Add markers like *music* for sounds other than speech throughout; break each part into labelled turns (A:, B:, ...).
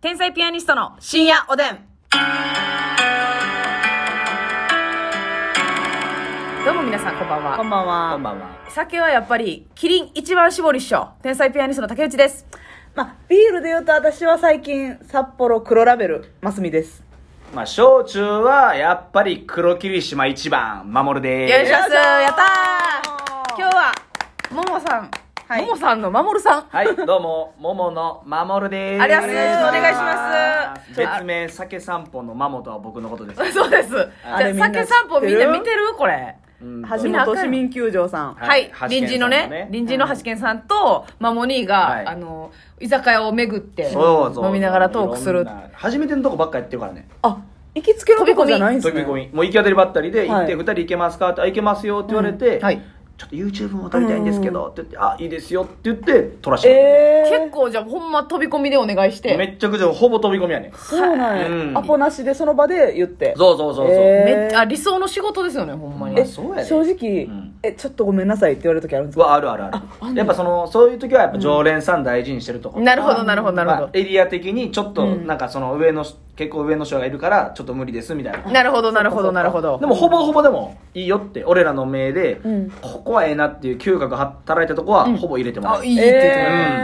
A: 天才ピアニストの深夜おでん。どうも皆さん、こんばん
B: こ
A: は。
B: んばんは。
C: こんばんは。
A: 酒はやっぱり、キリン一番搾り師匠、天才ピアニストの竹内です。
B: まあ、ビールで言うと私は最近、札幌黒ラベル、ますみです。
C: まあ、焼酎はやっぱり黒霧島一番、守るで
A: よい
C: ー
A: しょ
C: す。
A: やったーやったー
B: 今
A: 今
B: 日
A: 日は、ももさん、
B: はい
A: ももさんの守さん。
C: はい、どうも、ももの守るでーす。
A: ありがとうございます
C: お願いしま
A: お願いします
C: 別名、酒散歩のマモとは僕のことです。
A: そうです。じ
B: あ
A: ゃ
B: れ
A: あ、
B: みんな
A: 酒散歩みんな見てるこれ。
C: うんと
B: 橋本市民球場さん。
C: は
A: はいい、
C: はい
A: 隣人のね
C: ね
A: 隣人の橋健さんとマモニーが、
C: はい
A: あの居酒屋を巡って
C: そうそう
A: 飲みながらトークす
C: い
A: る
C: ろんな初めてのとこばっかやってるからね
B: あ、行きつけのとこじゃないんです
C: 飛
B: ね。
C: び込みもう行き当たりばったりで行って「
B: はい
C: 二人行けますか?」って「あ行けますよ」って言われて「
A: うんはい
C: ちょっと YouTube も撮りたいんですけど」って言って「あいいですよ」って言って撮らせてもらっ
B: えー、
A: 結構じゃあほんま飛び込みでお願いしてて
C: め
A: め
C: っちゃくちゃほぼ飛び込みやねん
B: そうなんや、
C: うん
B: アポなしでその場で言って。
C: そうそうそうそう
B: え
A: っちゃあ理想の仕事ですよねほんまに
C: え
B: え、
C: そうやで
B: 正直、
C: うん
B: え、ちょっとごめんなさいって言われる時あるんですか
C: はあるあるあるやっぱそのそういう時はやっぱ常連さん大事にしてるとこ
A: なるほどなるほどなるほ
C: まあエリア的にちょっと
B: うん
C: なんかその上の結構上の人がいるからちょっと無理ですみたいな
A: どなるほどなるほどなるほど
C: でもほぼほぼでもいいよって俺らの命で、
B: ん
C: ここはええなっていう嗅覚働いたとこはほぼ入れてもらう、
A: あいいって言ってた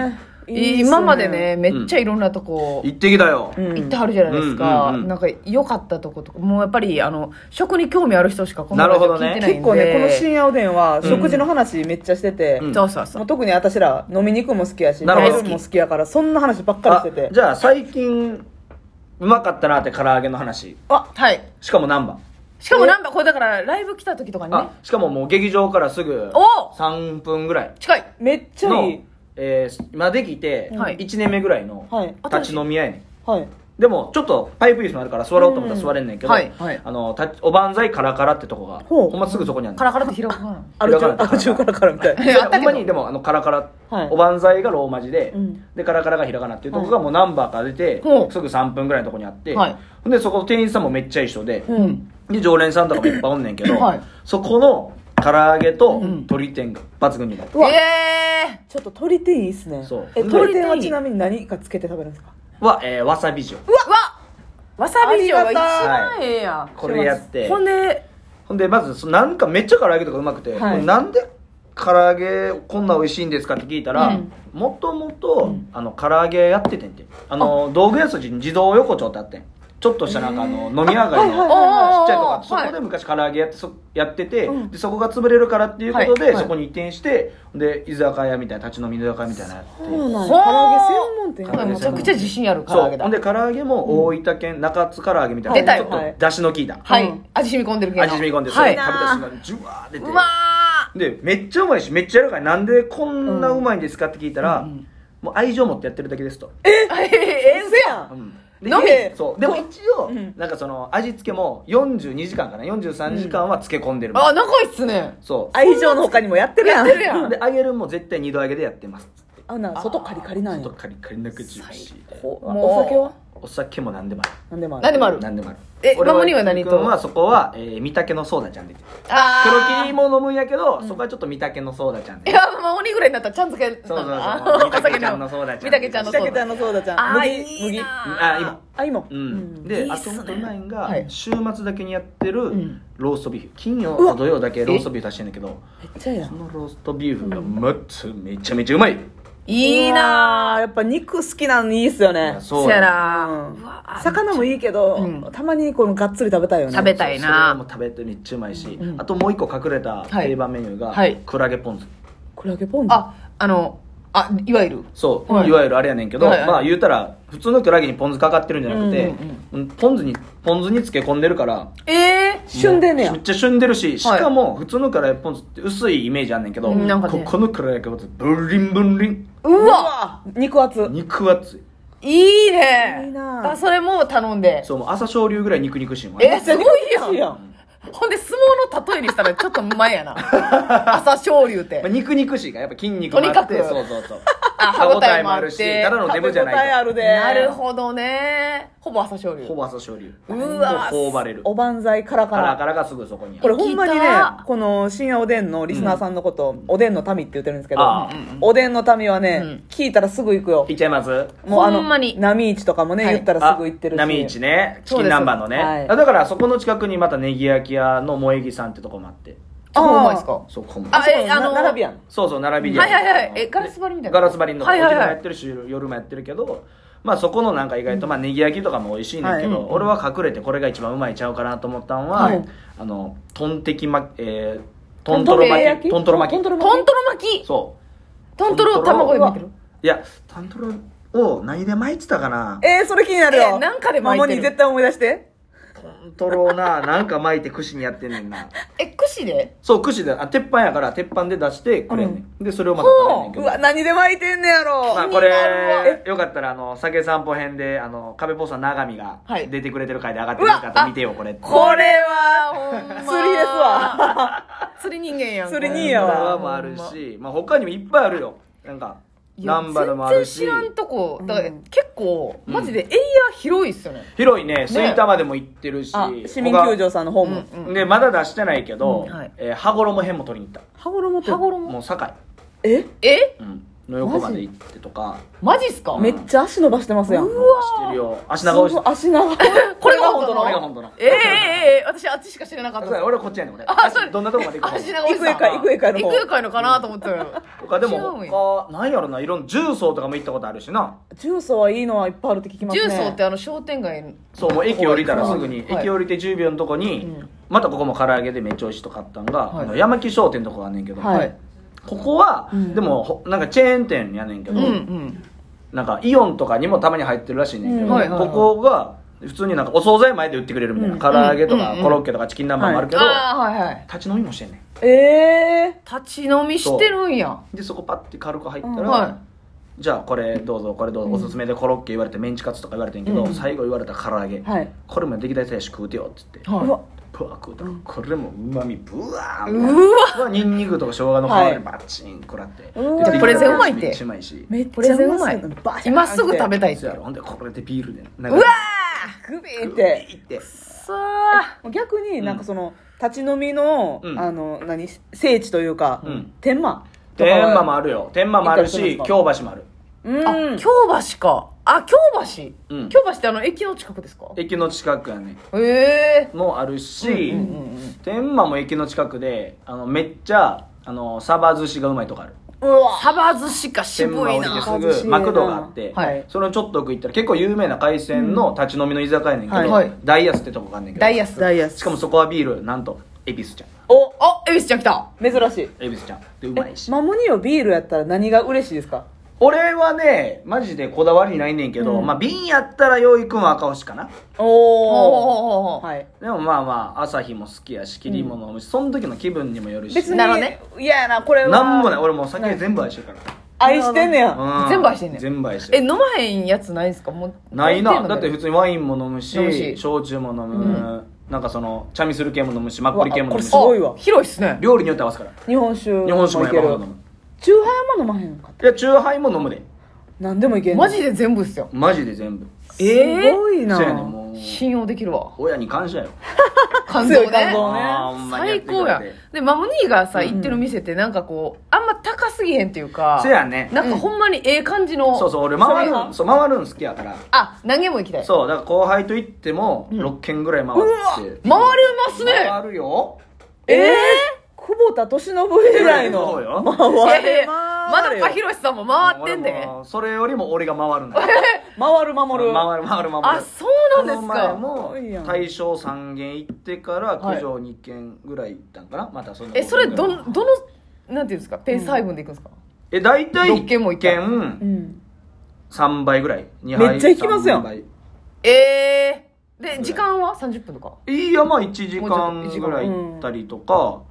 B: えーいいっす
A: 今までねめっちゃいろんなとこ、
C: 行ってきたよ、
B: うん
A: 行ってはるじゃないですか、
C: うんうんうん
A: なんか良かったとことかもうやっぱりあの食に興味ある人しかこの
C: なる
A: ラジ
C: ほ
A: オ
C: どね
A: 聞いてないんで
B: 結構ねこの深夜おでんは食事の話めっちゃしてて、
C: うん
A: そうそうそう
B: もう特に私ら飲みに行くも好きやし
C: なるほど
B: 食べも好きやからそんな話ばっかりしてて
C: あじゃあ最近うまかったなって唐揚げの話
A: はい
C: しかも何番
A: しかもナンバーこれだからライブ来た時とかにね
C: あしかももう劇場からすぐ
A: お
C: 3分ぐらい
A: 近い
B: めっちゃい
C: の
B: い、
C: えー今できて
A: はい
C: 1年目ぐらいの
B: はい
C: 立ち飲み屋やねん
B: はい
C: でもちょっとパイプ椅子もあるから座ろうと思ったら座れんねんけど、
A: うんはいはい
C: あのたおばんざいカラカラってとこが
B: ほ
C: ほ
B: うん
C: ますぐそこにある
A: カラカラって広くない
B: アル
C: だ
B: 中
C: から
B: アル中からからみたいな
A: えあったけど
C: ほんまにでもあのカラカラ、
B: はい
C: おばんざいがローマ字で、
B: うん
C: でカラカラがひらがなっていうとこがもうナンバーから出て、
A: ほう
C: すぐ3分ぐらいのとこにあって、
A: はい
C: ほんでそこ店員さんもめっちゃ一緒で、
A: うん
C: で常連さんとかもいっぱいおんねんけど、
A: はい
C: そこの唐揚げと
A: うん
C: 鶏天が抜群になる、
B: うわ
A: え
B: ちょっと鳥天いいっすね
C: そう
B: え
C: うん
B: 鳥天はちなみに何かつけて食べるんですか
C: は、えーわさび
A: ー、
C: 塩
A: うわわさび塩が一番ええやん、
C: これやって
A: ほんで
C: ほんでまずそなんかめっちゃ唐揚げとかうまくて、
B: はい
C: これなんで唐揚げこんな美味しいんですかって聞いたら、
A: うん
C: もともとあの唐揚げやっててんてあの道具屋筋に自動横丁ってあってんちょっとしたなんかあの飲み上がり
B: あはいはい
C: の
B: はい
C: ちっちゃいとこあってそ
A: はい
C: こで昔唐揚げやってそやってて、でそこが潰れるからっていうことで、
A: はいはい
C: そこに移転してで居酒屋みたいな立ち飲み居酒屋みたいなのやって
B: そうなん
A: や
B: ん唐揚げ専
C: 唐
B: 門
C: 揚げ
A: め
B: 店
A: ちゃくちゃ自信ある唐
C: そ
A: 揚げ
C: うほ
A: だ
C: んで唐揚げも大分県中津唐揚げみたい
A: 出た
C: な、
A: よ
C: ちょっと出汁の効いた、
A: はい、
B: うん
A: 味染み込んでるけど
C: 味染み込んでそ
A: は
C: れ
A: い
C: 食べた瞬間にジュワー出て
A: うわ
C: でめっちゃうまいしめっちゃ柔らかいなんでこんなうまいんですかって聞いたら、もう愛情持ってやってるだけですと、
A: ー *laughs* えええ
B: せや
C: うんん
B: 飲め
C: でそうでも一応、
B: うん
C: なんかその味付けも42時間かな43時間は漬け込んでる、
A: あ仲いいっすね
C: そう
B: 愛情の他にもやってるやん
A: やってるやん
C: で揚げるも絶対二度揚げでやってます
B: あなんか外カリカリなんや
C: 外カリカリなくジューシーで
B: お
A: もう
B: お酒は
C: お酒も何でもある
B: 何でもある
A: 何でもある
C: 何でもある
A: え
C: 俺
A: マモには何と
C: 君はそこは、えー、御嶽のソーダちゃんで黒
A: あ
C: 霧も飲むんやけど、そこはちょっと御嶽のソーダちゃん
A: い
C: で
A: やマモニぐらいになったらちゃんづけ
C: そうそうそう
A: あ
C: もう
A: *laughs* お酒
C: みたけちゃんのそうだちゃん
A: みたけちゃんの
B: し
A: そ
B: た
A: う
B: けた
A: だ
B: のソーダちゃん
A: あー
B: 麦
A: いい
B: 麦
A: な
C: あ今
B: あ今
C: うんん、
A: い
C: で
A: いっ
C: あ
A: す
C: と
A: ね
C: もう一個ないんが、
A: はい
C: 週末だけにやってる
A: ん
C: ローストビーフ、金曜と土曜だけローストビーフ出してんだけど
B: めっちゃやん
C: そのローストビーフがまためちゃめちゃうまい、
A: いいな
B: うわーやっぱ肉好きなのいいっすよね
A: そやな
B: うん
A: うわ
B: 魚もいいけど、
A: うん
B: たまにこのがっつり食べたいよね
A: 食べたい
C: それはも
A: な
C: う食べてめっちゃうまいし、
A: ん
C: あともう一個隠れた定番メニューが、
A: はいはい
C: クラゲポン酢
B: クラゲポン酢
A: ああのあいわゆる
C: そう、
A: はい
C: い、わゆるあれやねんけど、
A: はいはい
C: まあ言うたら普通のクラゲにポン酢かかってるんじゃなくて、
B: うん
C: うんポン酢にポン酢に漬け込んでるから
A: ええ
B: 旬でんねや
C: めっちゃ旬でるし、しかも普通のカレーポン酢って薄いイメージあんねんけど、
A: うんなんかね
C: ここのカレーポン酢ブリンブンリン
A: う
B: う
A: わ
B: わ肉厚
C: 肉厚い
A: いいね
B: いいな
A: あそれも頼んで
C: そうもう朝青龍ぐらい肉肉しいもん
A: えすごい
B: いい
A: や
B: や
A: ん
B: ん
A: ほんで相撲の例えにしたらちょっと前やな朝青龍って
C: *laughs* まあ、肉肉しいからやっぱ筋肉
A: とにかく
C: そうそうそう
A: あ
C: 歯応えもあるし、
A: 歯応えもあって
C: ただのデブじゃ
B: 食べ応えあ
C: ない
B: るで。
A: なるほどねほぼ朝青
C: と。
A: 龍
C: ほぼ朝青龍。
A: うわ
C: ほぼ頬張れる。
B: おばんざいからか
C: カラ
B: ら
C: カ。ラがすぐそこにあ
B: これ
C: る。
B: ほんまにね
A: 聞いた、
B: この深夜おでんのリスナーさんのこと、おでんの民って言ってるんですけど
C: ああ、
B: おでんの民はね、
A: うん
B: 聞いたらすぐ行くよ
C: い。っちゃいます
B: もうあの、
A: ほんまに
B: 波市とかもね、
A: はい
B: 言ったらすぐ行ってるし。
C: あ波市ね。チキン南蛮の
B: そう
C: ね。
B: ですはい
C: あだからそこの近くにまたネギ焼き屋の萌え木さんってとこもあって。
A: あほんまですか
C: そこも。
A: あ
B: あ、え、
A: え
B: あ
A: あ
B: の、
A: の
B: 並びやん。
C: そうそう、並びで。
A: はいはいはいえガラス張りみたいな
C: ガラス張りの。
A: はいはいはい
C: お昼もやってるし、夜もやってるけど、まあそこのなんか意外と、まあネギ焼きとかも美味しいねんけど、
B: はいうん
C: 俺は隠れてこれが一番うまいちゃうかなと思ったんは、
B: はい
C: あの、トンテキ巻き、えー、トントロ巻き。トントロ巻
B: トント
C: き。
B: ロ
A: トン
B: 巻き
A: トロ巻き
C: そう。
A: トントロ卵で巻いてる
C: いや、トントロを何で巻いてたかな
B: えー、それ気になる
A: え
B: よ。
A: ーなんかで巻いてる
B: マモに絶対思い出して。
C: トントロをな、なんか巻いて串にやってんねんな。
A: え串で
C: そう、串で、あ、鉄板やから、鉄板で出してくれんねん。で、それをまた食べんねんけ
B: う
C: ど。
B: わ、何で巻いてんねやろ。
C: まあ、
A: 気
C: こ
A: になる
C: れ、よかったら、あの、酒散歩編で、あの、壁ポスター長見が
A: はい
C: 出てくれてる回で上がってるから見てよ、これって。
A: これはほんま
B: 釣りですわ。
A: 釣り人間やん
B: 釣り人
C: い
B: いやわ
C: もあるし、まあ、他にもいっぱいあるよ。なんか、
A: いや
C: ナンバルもあるし
A: 全。然知らんとこだから
B: うん
A: 結構マジでエリア広いっすよね
C: 広いね、吹田までも行ってるし。
B: あ、市民球場さんの方も。
A: うん
C: 他で、まだ出してないけど
A: うんはい、
C: えー羽衣編も取りに行っ
B: 羽衣って
A: 羽
C: た。も
A: 衣
C: う、堺。
B: え
A: え
C: うん。の横まで行ってとか、
A: マジっすか
B: めっちゃ足伸ばしてますやん。
A: う
C: 伸ばしてるよ。足長押し
B: す
C: て
B: ごい *laughs* 足長。
A: これが本当の
C: これが本当の
A: ええええええ私あっちしか知らなかった
C: そうや俺はこっちやねん俺
A: あそう
C: どんなとこまで行くか
A: 足長おじさん
B: 行くえか行くえかの方
A: 行くえかのかなと思ってたよ
C: とかでも
A: 違うんや
C: 他なんやろないろんな重曹とかも行ったことあるしな
B: 重曹はいいのはいっぱいあるって聞きますね。
A: 重曹ってあの商店街の
C: そうもう駅降りたらすぐに
A: はい
C: 駅降りて10秒のとこに、
A: うん
C: またここも唐揚げでめっちゃ美味しいとこあったんが、
A: はい
C: あの山木商店のとこがあんねんけど、
B: はい
C: ここは、
B: うん
C: でもほなんかチェーン店やねんけ
A: うん
C: ど、
A: うん
C: なんかイオンとかにもたまに入ってるらしいねんけど、
B: うん
A: はいはいはい
C: ここが普通になんかお惣菜前で売ってくれるみたいな、
B: うん
C: 唐揚げとか、
A: うんうん
C: コロッケとかチキン南蛮もあるけど、
A: ああはいはい
C: 立ち飲みもしてんね
B: ええ
A: 立ち飲みしてるんや
C: んでそこパッて軽く入ったら、
B: うん
A: は
C: じゃあこれどうぞこれどうぞ、おすすめでコロッケ言われてメンチカツとか言われてんけど、
A: うん
C: 最後言われた唐揚げ、
B: ー。はい。
C: これも歴代大使食うてよっつって
B: うわ
A: は、
C: ブワー食うたらこれもうまみブワー
A: う
C: み
A: わ
C: たいなニンニクとか生姜の
B: は
C: 香
B: い
C: りバチン食らって
B: うわ
C: で
B: これ
A: 全部うまいって
C: めっちゃうまいし
B: めっ
A: これ
B: ちゃ
A: 全
B: う
A: う
B: ま
A: ま
B: い
A: い。
B: バシャーン
A: 今すぐ食べたいっ
C: そ
A: て
C: うやろほんでこれでビールでう
A: うわ
B: グビ
C: ー
B: ーって。
C: って
A: さあ
B: 逆になんかその、立ち飲みの、
C: うん
B: あの、何、聖地というか、
C: うん
B: 天満とかは。
C: 天満もあるよ天満もあるし
B: 行
C: 京
B: ったりするんですか
C: 橋もある
B: うん。
A: あ京橋かあ京橋、
C: うん
A: 京橋ってあの駅の近くですかえ
C: 駅の近くやね
A: え
C: もあるし、
A: うんうんうん
C: 天満も駅の近くであのめっちゃあのサバ寿司がうまいとこある
B: うわ。
A: サバ寿司か
C: 天
A: 渋
C: 満
A: い
C: 降りて
A: な
B: サバ
C: すぐマクドがあって、
A: はい
C: それをちょっと奥行ったら結構有名な海鮮の立ち飲みの居酒屋やねんけど、
B: はい
A: はい
C: ダイアスってとこがあんねんけど
A: ダイアス
B: ダイヤス。
C: しかもそこはビールなんと恵比寿ちゃん
B: お、
A: あ恵比寿ちゃん来た
B: 珍しい。
C: 恵比寿ちゃんでうまい
B: え
C: し
B: マモニよビールやったら何が嬉しいですか
C: 俺はねマジでこだわりないねんけど、
B: うん
C: まあ瓶やったらよいくんは赤星かな
B: おお
A: おー
B: はい
C: でもまあまあ朝日も好きやし切りも飲むし、その時の気分にもよるし
B: 別に
A: なるほどね
B: いややなこれは
C: なんもない俺もう酒全部愛してるか
B: 愛してんねや
C: ら、うん
A: 全部愛してんねん
C: 全部愛してる
A: え飲まへんやつないですかもう
C: ないな
A: 飲ん
C: だっ
A: で
C: て
A: んの
C: 普通にワインも飲むし
A: 飲むし
C: 焼酎も飲む、なんかそのチャミスル系も飲むしマッコリ系も飲むし
B: うわこれすごいわ
A: あ広いっすね
C: 料理によって合わすから
B: 日本酒
C: 日本酒も
B: い
C: や
B: け
C: ば
B: る
C: ほど飲む
B: チューハイも飲まへんかった
C: いやチューハイも飲むで
B: 何でもいけんね
A: マジで全部っすよ
C: マジで全部
A: え
B: す
A: え
B: ごいな
C: そうやねんもう
A: 信用できるわ
C: 親に感謝よ
A: 感動
B: 強い感
A: ね
B: 動
C: あーほんまにや
A: 最
C: ってくれて
A: 高やでマムニーがさ行ってる店ってなんかこうあんま高すぎへんっていうか
C: せやね
A: なんかほんまにええ感じの
C: そうそう俺回
A: それ
C: るんそう回るん好きやから
A: あ何軒も行きたい
C: そうだから後輩と行っても6軒ぐらい回って
A: うわ回りますね
C: 回るよ
B: ええ久保田利伸ぐらい
C: そ
B: の
C: うよ
B: 回
A: え
B: る
A: えまだかひろしさんも回ってん
C: 俺
A: で
C: もそれよりも俺が回るんだよ
B: 回る守
C: 回る
B: る
C: 回る回る
A: あそうなんです
C: こ
A: か
C: の前も大正3軒行ってから九条2軒ぐらい行ったんかなまたその
A: えそれどんどのなんていうんですかペース配分でいくんですか、
C: え大体
A: 六軒も行った
C: 1
B: う
C: 軒
B: ん
C: 3倍ぐらい2杯
B: めっちゃ行きますやん
C: 3倍
A: ええで時間は30分とか
C: いいやまあ1時
A: もうちょっと
C: 間
A: 一時間
C: ぐらい行ったりとか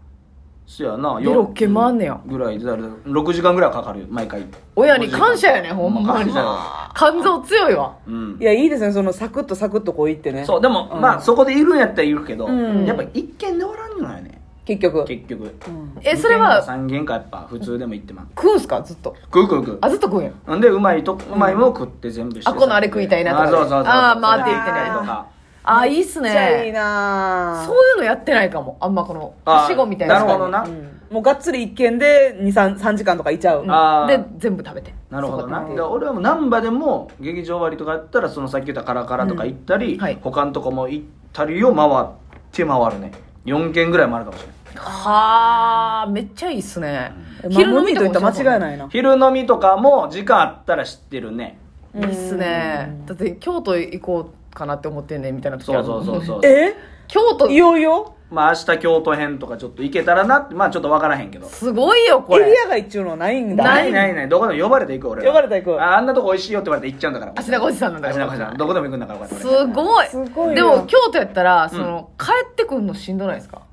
C: そやな
A: で6軒回んねや
C: ぐらいでだから6時間ぐらいかかるよ毎回
A: 親に感謝やねほん
C: ほん
A: ま
C: ま感
A: に
C: 謝よ
A: 肝臓強いわ
C: うん
B: いやいいですねそのサクッとサクッとこういってね
C: そうでも
B: うん
C: まあそこでいるんやったらいるけど
B: うん
C: やっぱ1軒で終わらんのよね
B: 結局。
C: 結局
B: うん
A: えそれは
C: 3軒かやっぱ普通でも行ってまう
A: 食うんすかずっと
C: 食う食う食う
A: あずっと食うんや
C: なんでうまいとうまいもん食って全部して
A: あこのあれ食いたいなとか
C: あそうそうそうそう
A: あー回
B: っていってね
C: それとか
A: あいいっす
B: めっちゃいい
A: ね
B: なぁ
A: そういうのやってないかもあんまこの
C: あー
A: はしごみたいな
C: なるほどな
B: うんもうがっつり一軒で2、3, 3時間とかいちゃう。
A: うん
C: あ
A: で
C: ー
A: 全部食べて
C: なるほどな
A: そこ
C: で俺はもう難波でも劇場割とかやったらそのさっき言ったカラカラとか行ったり、
A: うんはい
C: 他のとこも行ったりを回って回るね4軒ぐらい回るかもしれない
A: ではあめっちゃいいっすね
B: 昼飲みといったら間違い
A: い
B: ないな。
C: 昼飲みとかも時間あったら知ってるね
A: いいっすねだって京都行こうかなって思ってんねんみたいな時あ
C: そ
A: る
C: うそうそうそう
B: え
A: 京都
B: いよいよ
C: *laughs* まあ明日京都編とかちょっと行けたらなってまあちょっと分からへんけど
A: すごいよこ
B: エ
A: れ
B: リア外っちゅうのはないんだ。
C: ないないないどこでも呼ばれていく俺は
B: 呼ばれて行く
C: ああんなとこ美味しいよって言われて行っちゃうんだから
A: 芦田おじさんなんだ
C: 芦
A: から
C: 田さんどこでも行くんだからこうやっ
A: す
C: て俺
A: ごい
B: すごいよ
A: でも京都やったらその、帰ってくるのしんどないですか、
C: まあ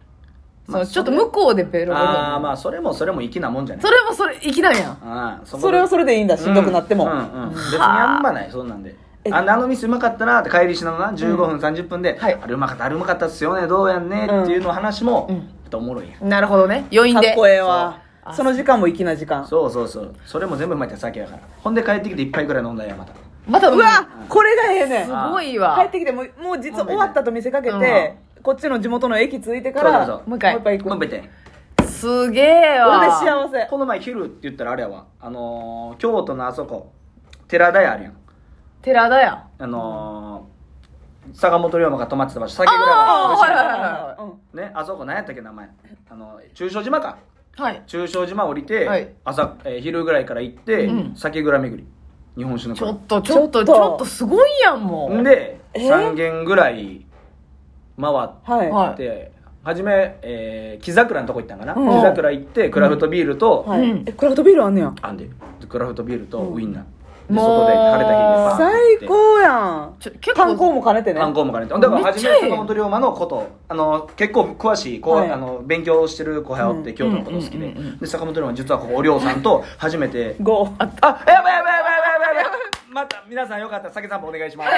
A: そのちょっと向こうでベロベロ
C: ああまあそれもそれも粋なもんじゃない
A: それもそれ粋なんやん
C: ああそこ
B: それはそれでいいんだ、しんどくなっても。
C: うんうんうん別にあんまないそんなんで
B: え
C: あのあの店うまかったなって帰りしながら15分30分で、
A: はい
C: あれうまかったあれうまかったっすよねどうやんねっていうの話も、
A: うん
C: ちょっとおもろいやん、
A: なるほどね余韻
B: かっ
A: で
B: こええわ
A: そう。
B: その時間も粋な時間。
C: そうそうそうそれも全部うまいって酒やからほんで帰ってきて一杯ぐらい飲んだんやまた
A: また
B: うわこれがええねん
A: す
C: う。
A: ごい
B: 帰
A: わ
B: ってきてもう、もう実は終わったと見せかけ
A: う
B: て、こっちの地元の駅着いてか
C: そうそう
B: ら
C: そ、う
A: もう一回
B: もう一回行く。
C: もう
B: こ
C: 一杯
A: すげえ
B: れで
A: わ
B: 幸せ。
C: この前昼って言ったらあれやわあのー京都のあそこ寺田屋あるやん
A: 寺田や
C: あのー坂本龍馬が泊まってた場所酒蔵
A: あーはいはい
C: がある
A: はいはい
B: うん
C: ねあそこ何やったっけ名前あの中小島か
A: はい
C: 中小島降りて、
A: はい
C: 朝えー昼ぐらいから行って、
A: うん
C: 酒蔵巡り日本酒の
A: ちょっ
C: 蔵
A: とちょっと
B: ち
A: ち
B: ょっと
A: ょっとすごいやんもうん
C: で、
B: えー
C: 3軒ぐらい回
B: はい。
A: は
C: って、初め、えー、木桜のとこ行ったんかな、
B: うん
C: 木桜行ってクラフトビールと、
B: はい
A: うん
B: え、クラフトビールあんねや。
C: あんでクラフトビールとウインナー、で
A: もう
C: 外で晴れた日にバーンって行って
B: 最高やん。
A: ちょ結構
B: 観光も兼ねてね。
C: 観光も兼ねてだから
A: めっ
C: 初
A: ちゃええ
C: め坂本龍馬のことあの結構詳しい後輩、
B: はい
C: あの勉強してる後輩おって、
A: ん
C: 京都のこと好きで,、
A: うんうんうんうん
C: で坂本龍馬実はここお涼さんと初めて
A: *laughs*
B: ゴー。
C: *laughs* あやばいやばいやばいやばいやばいまた皆さんよかったら酒散歩お願いします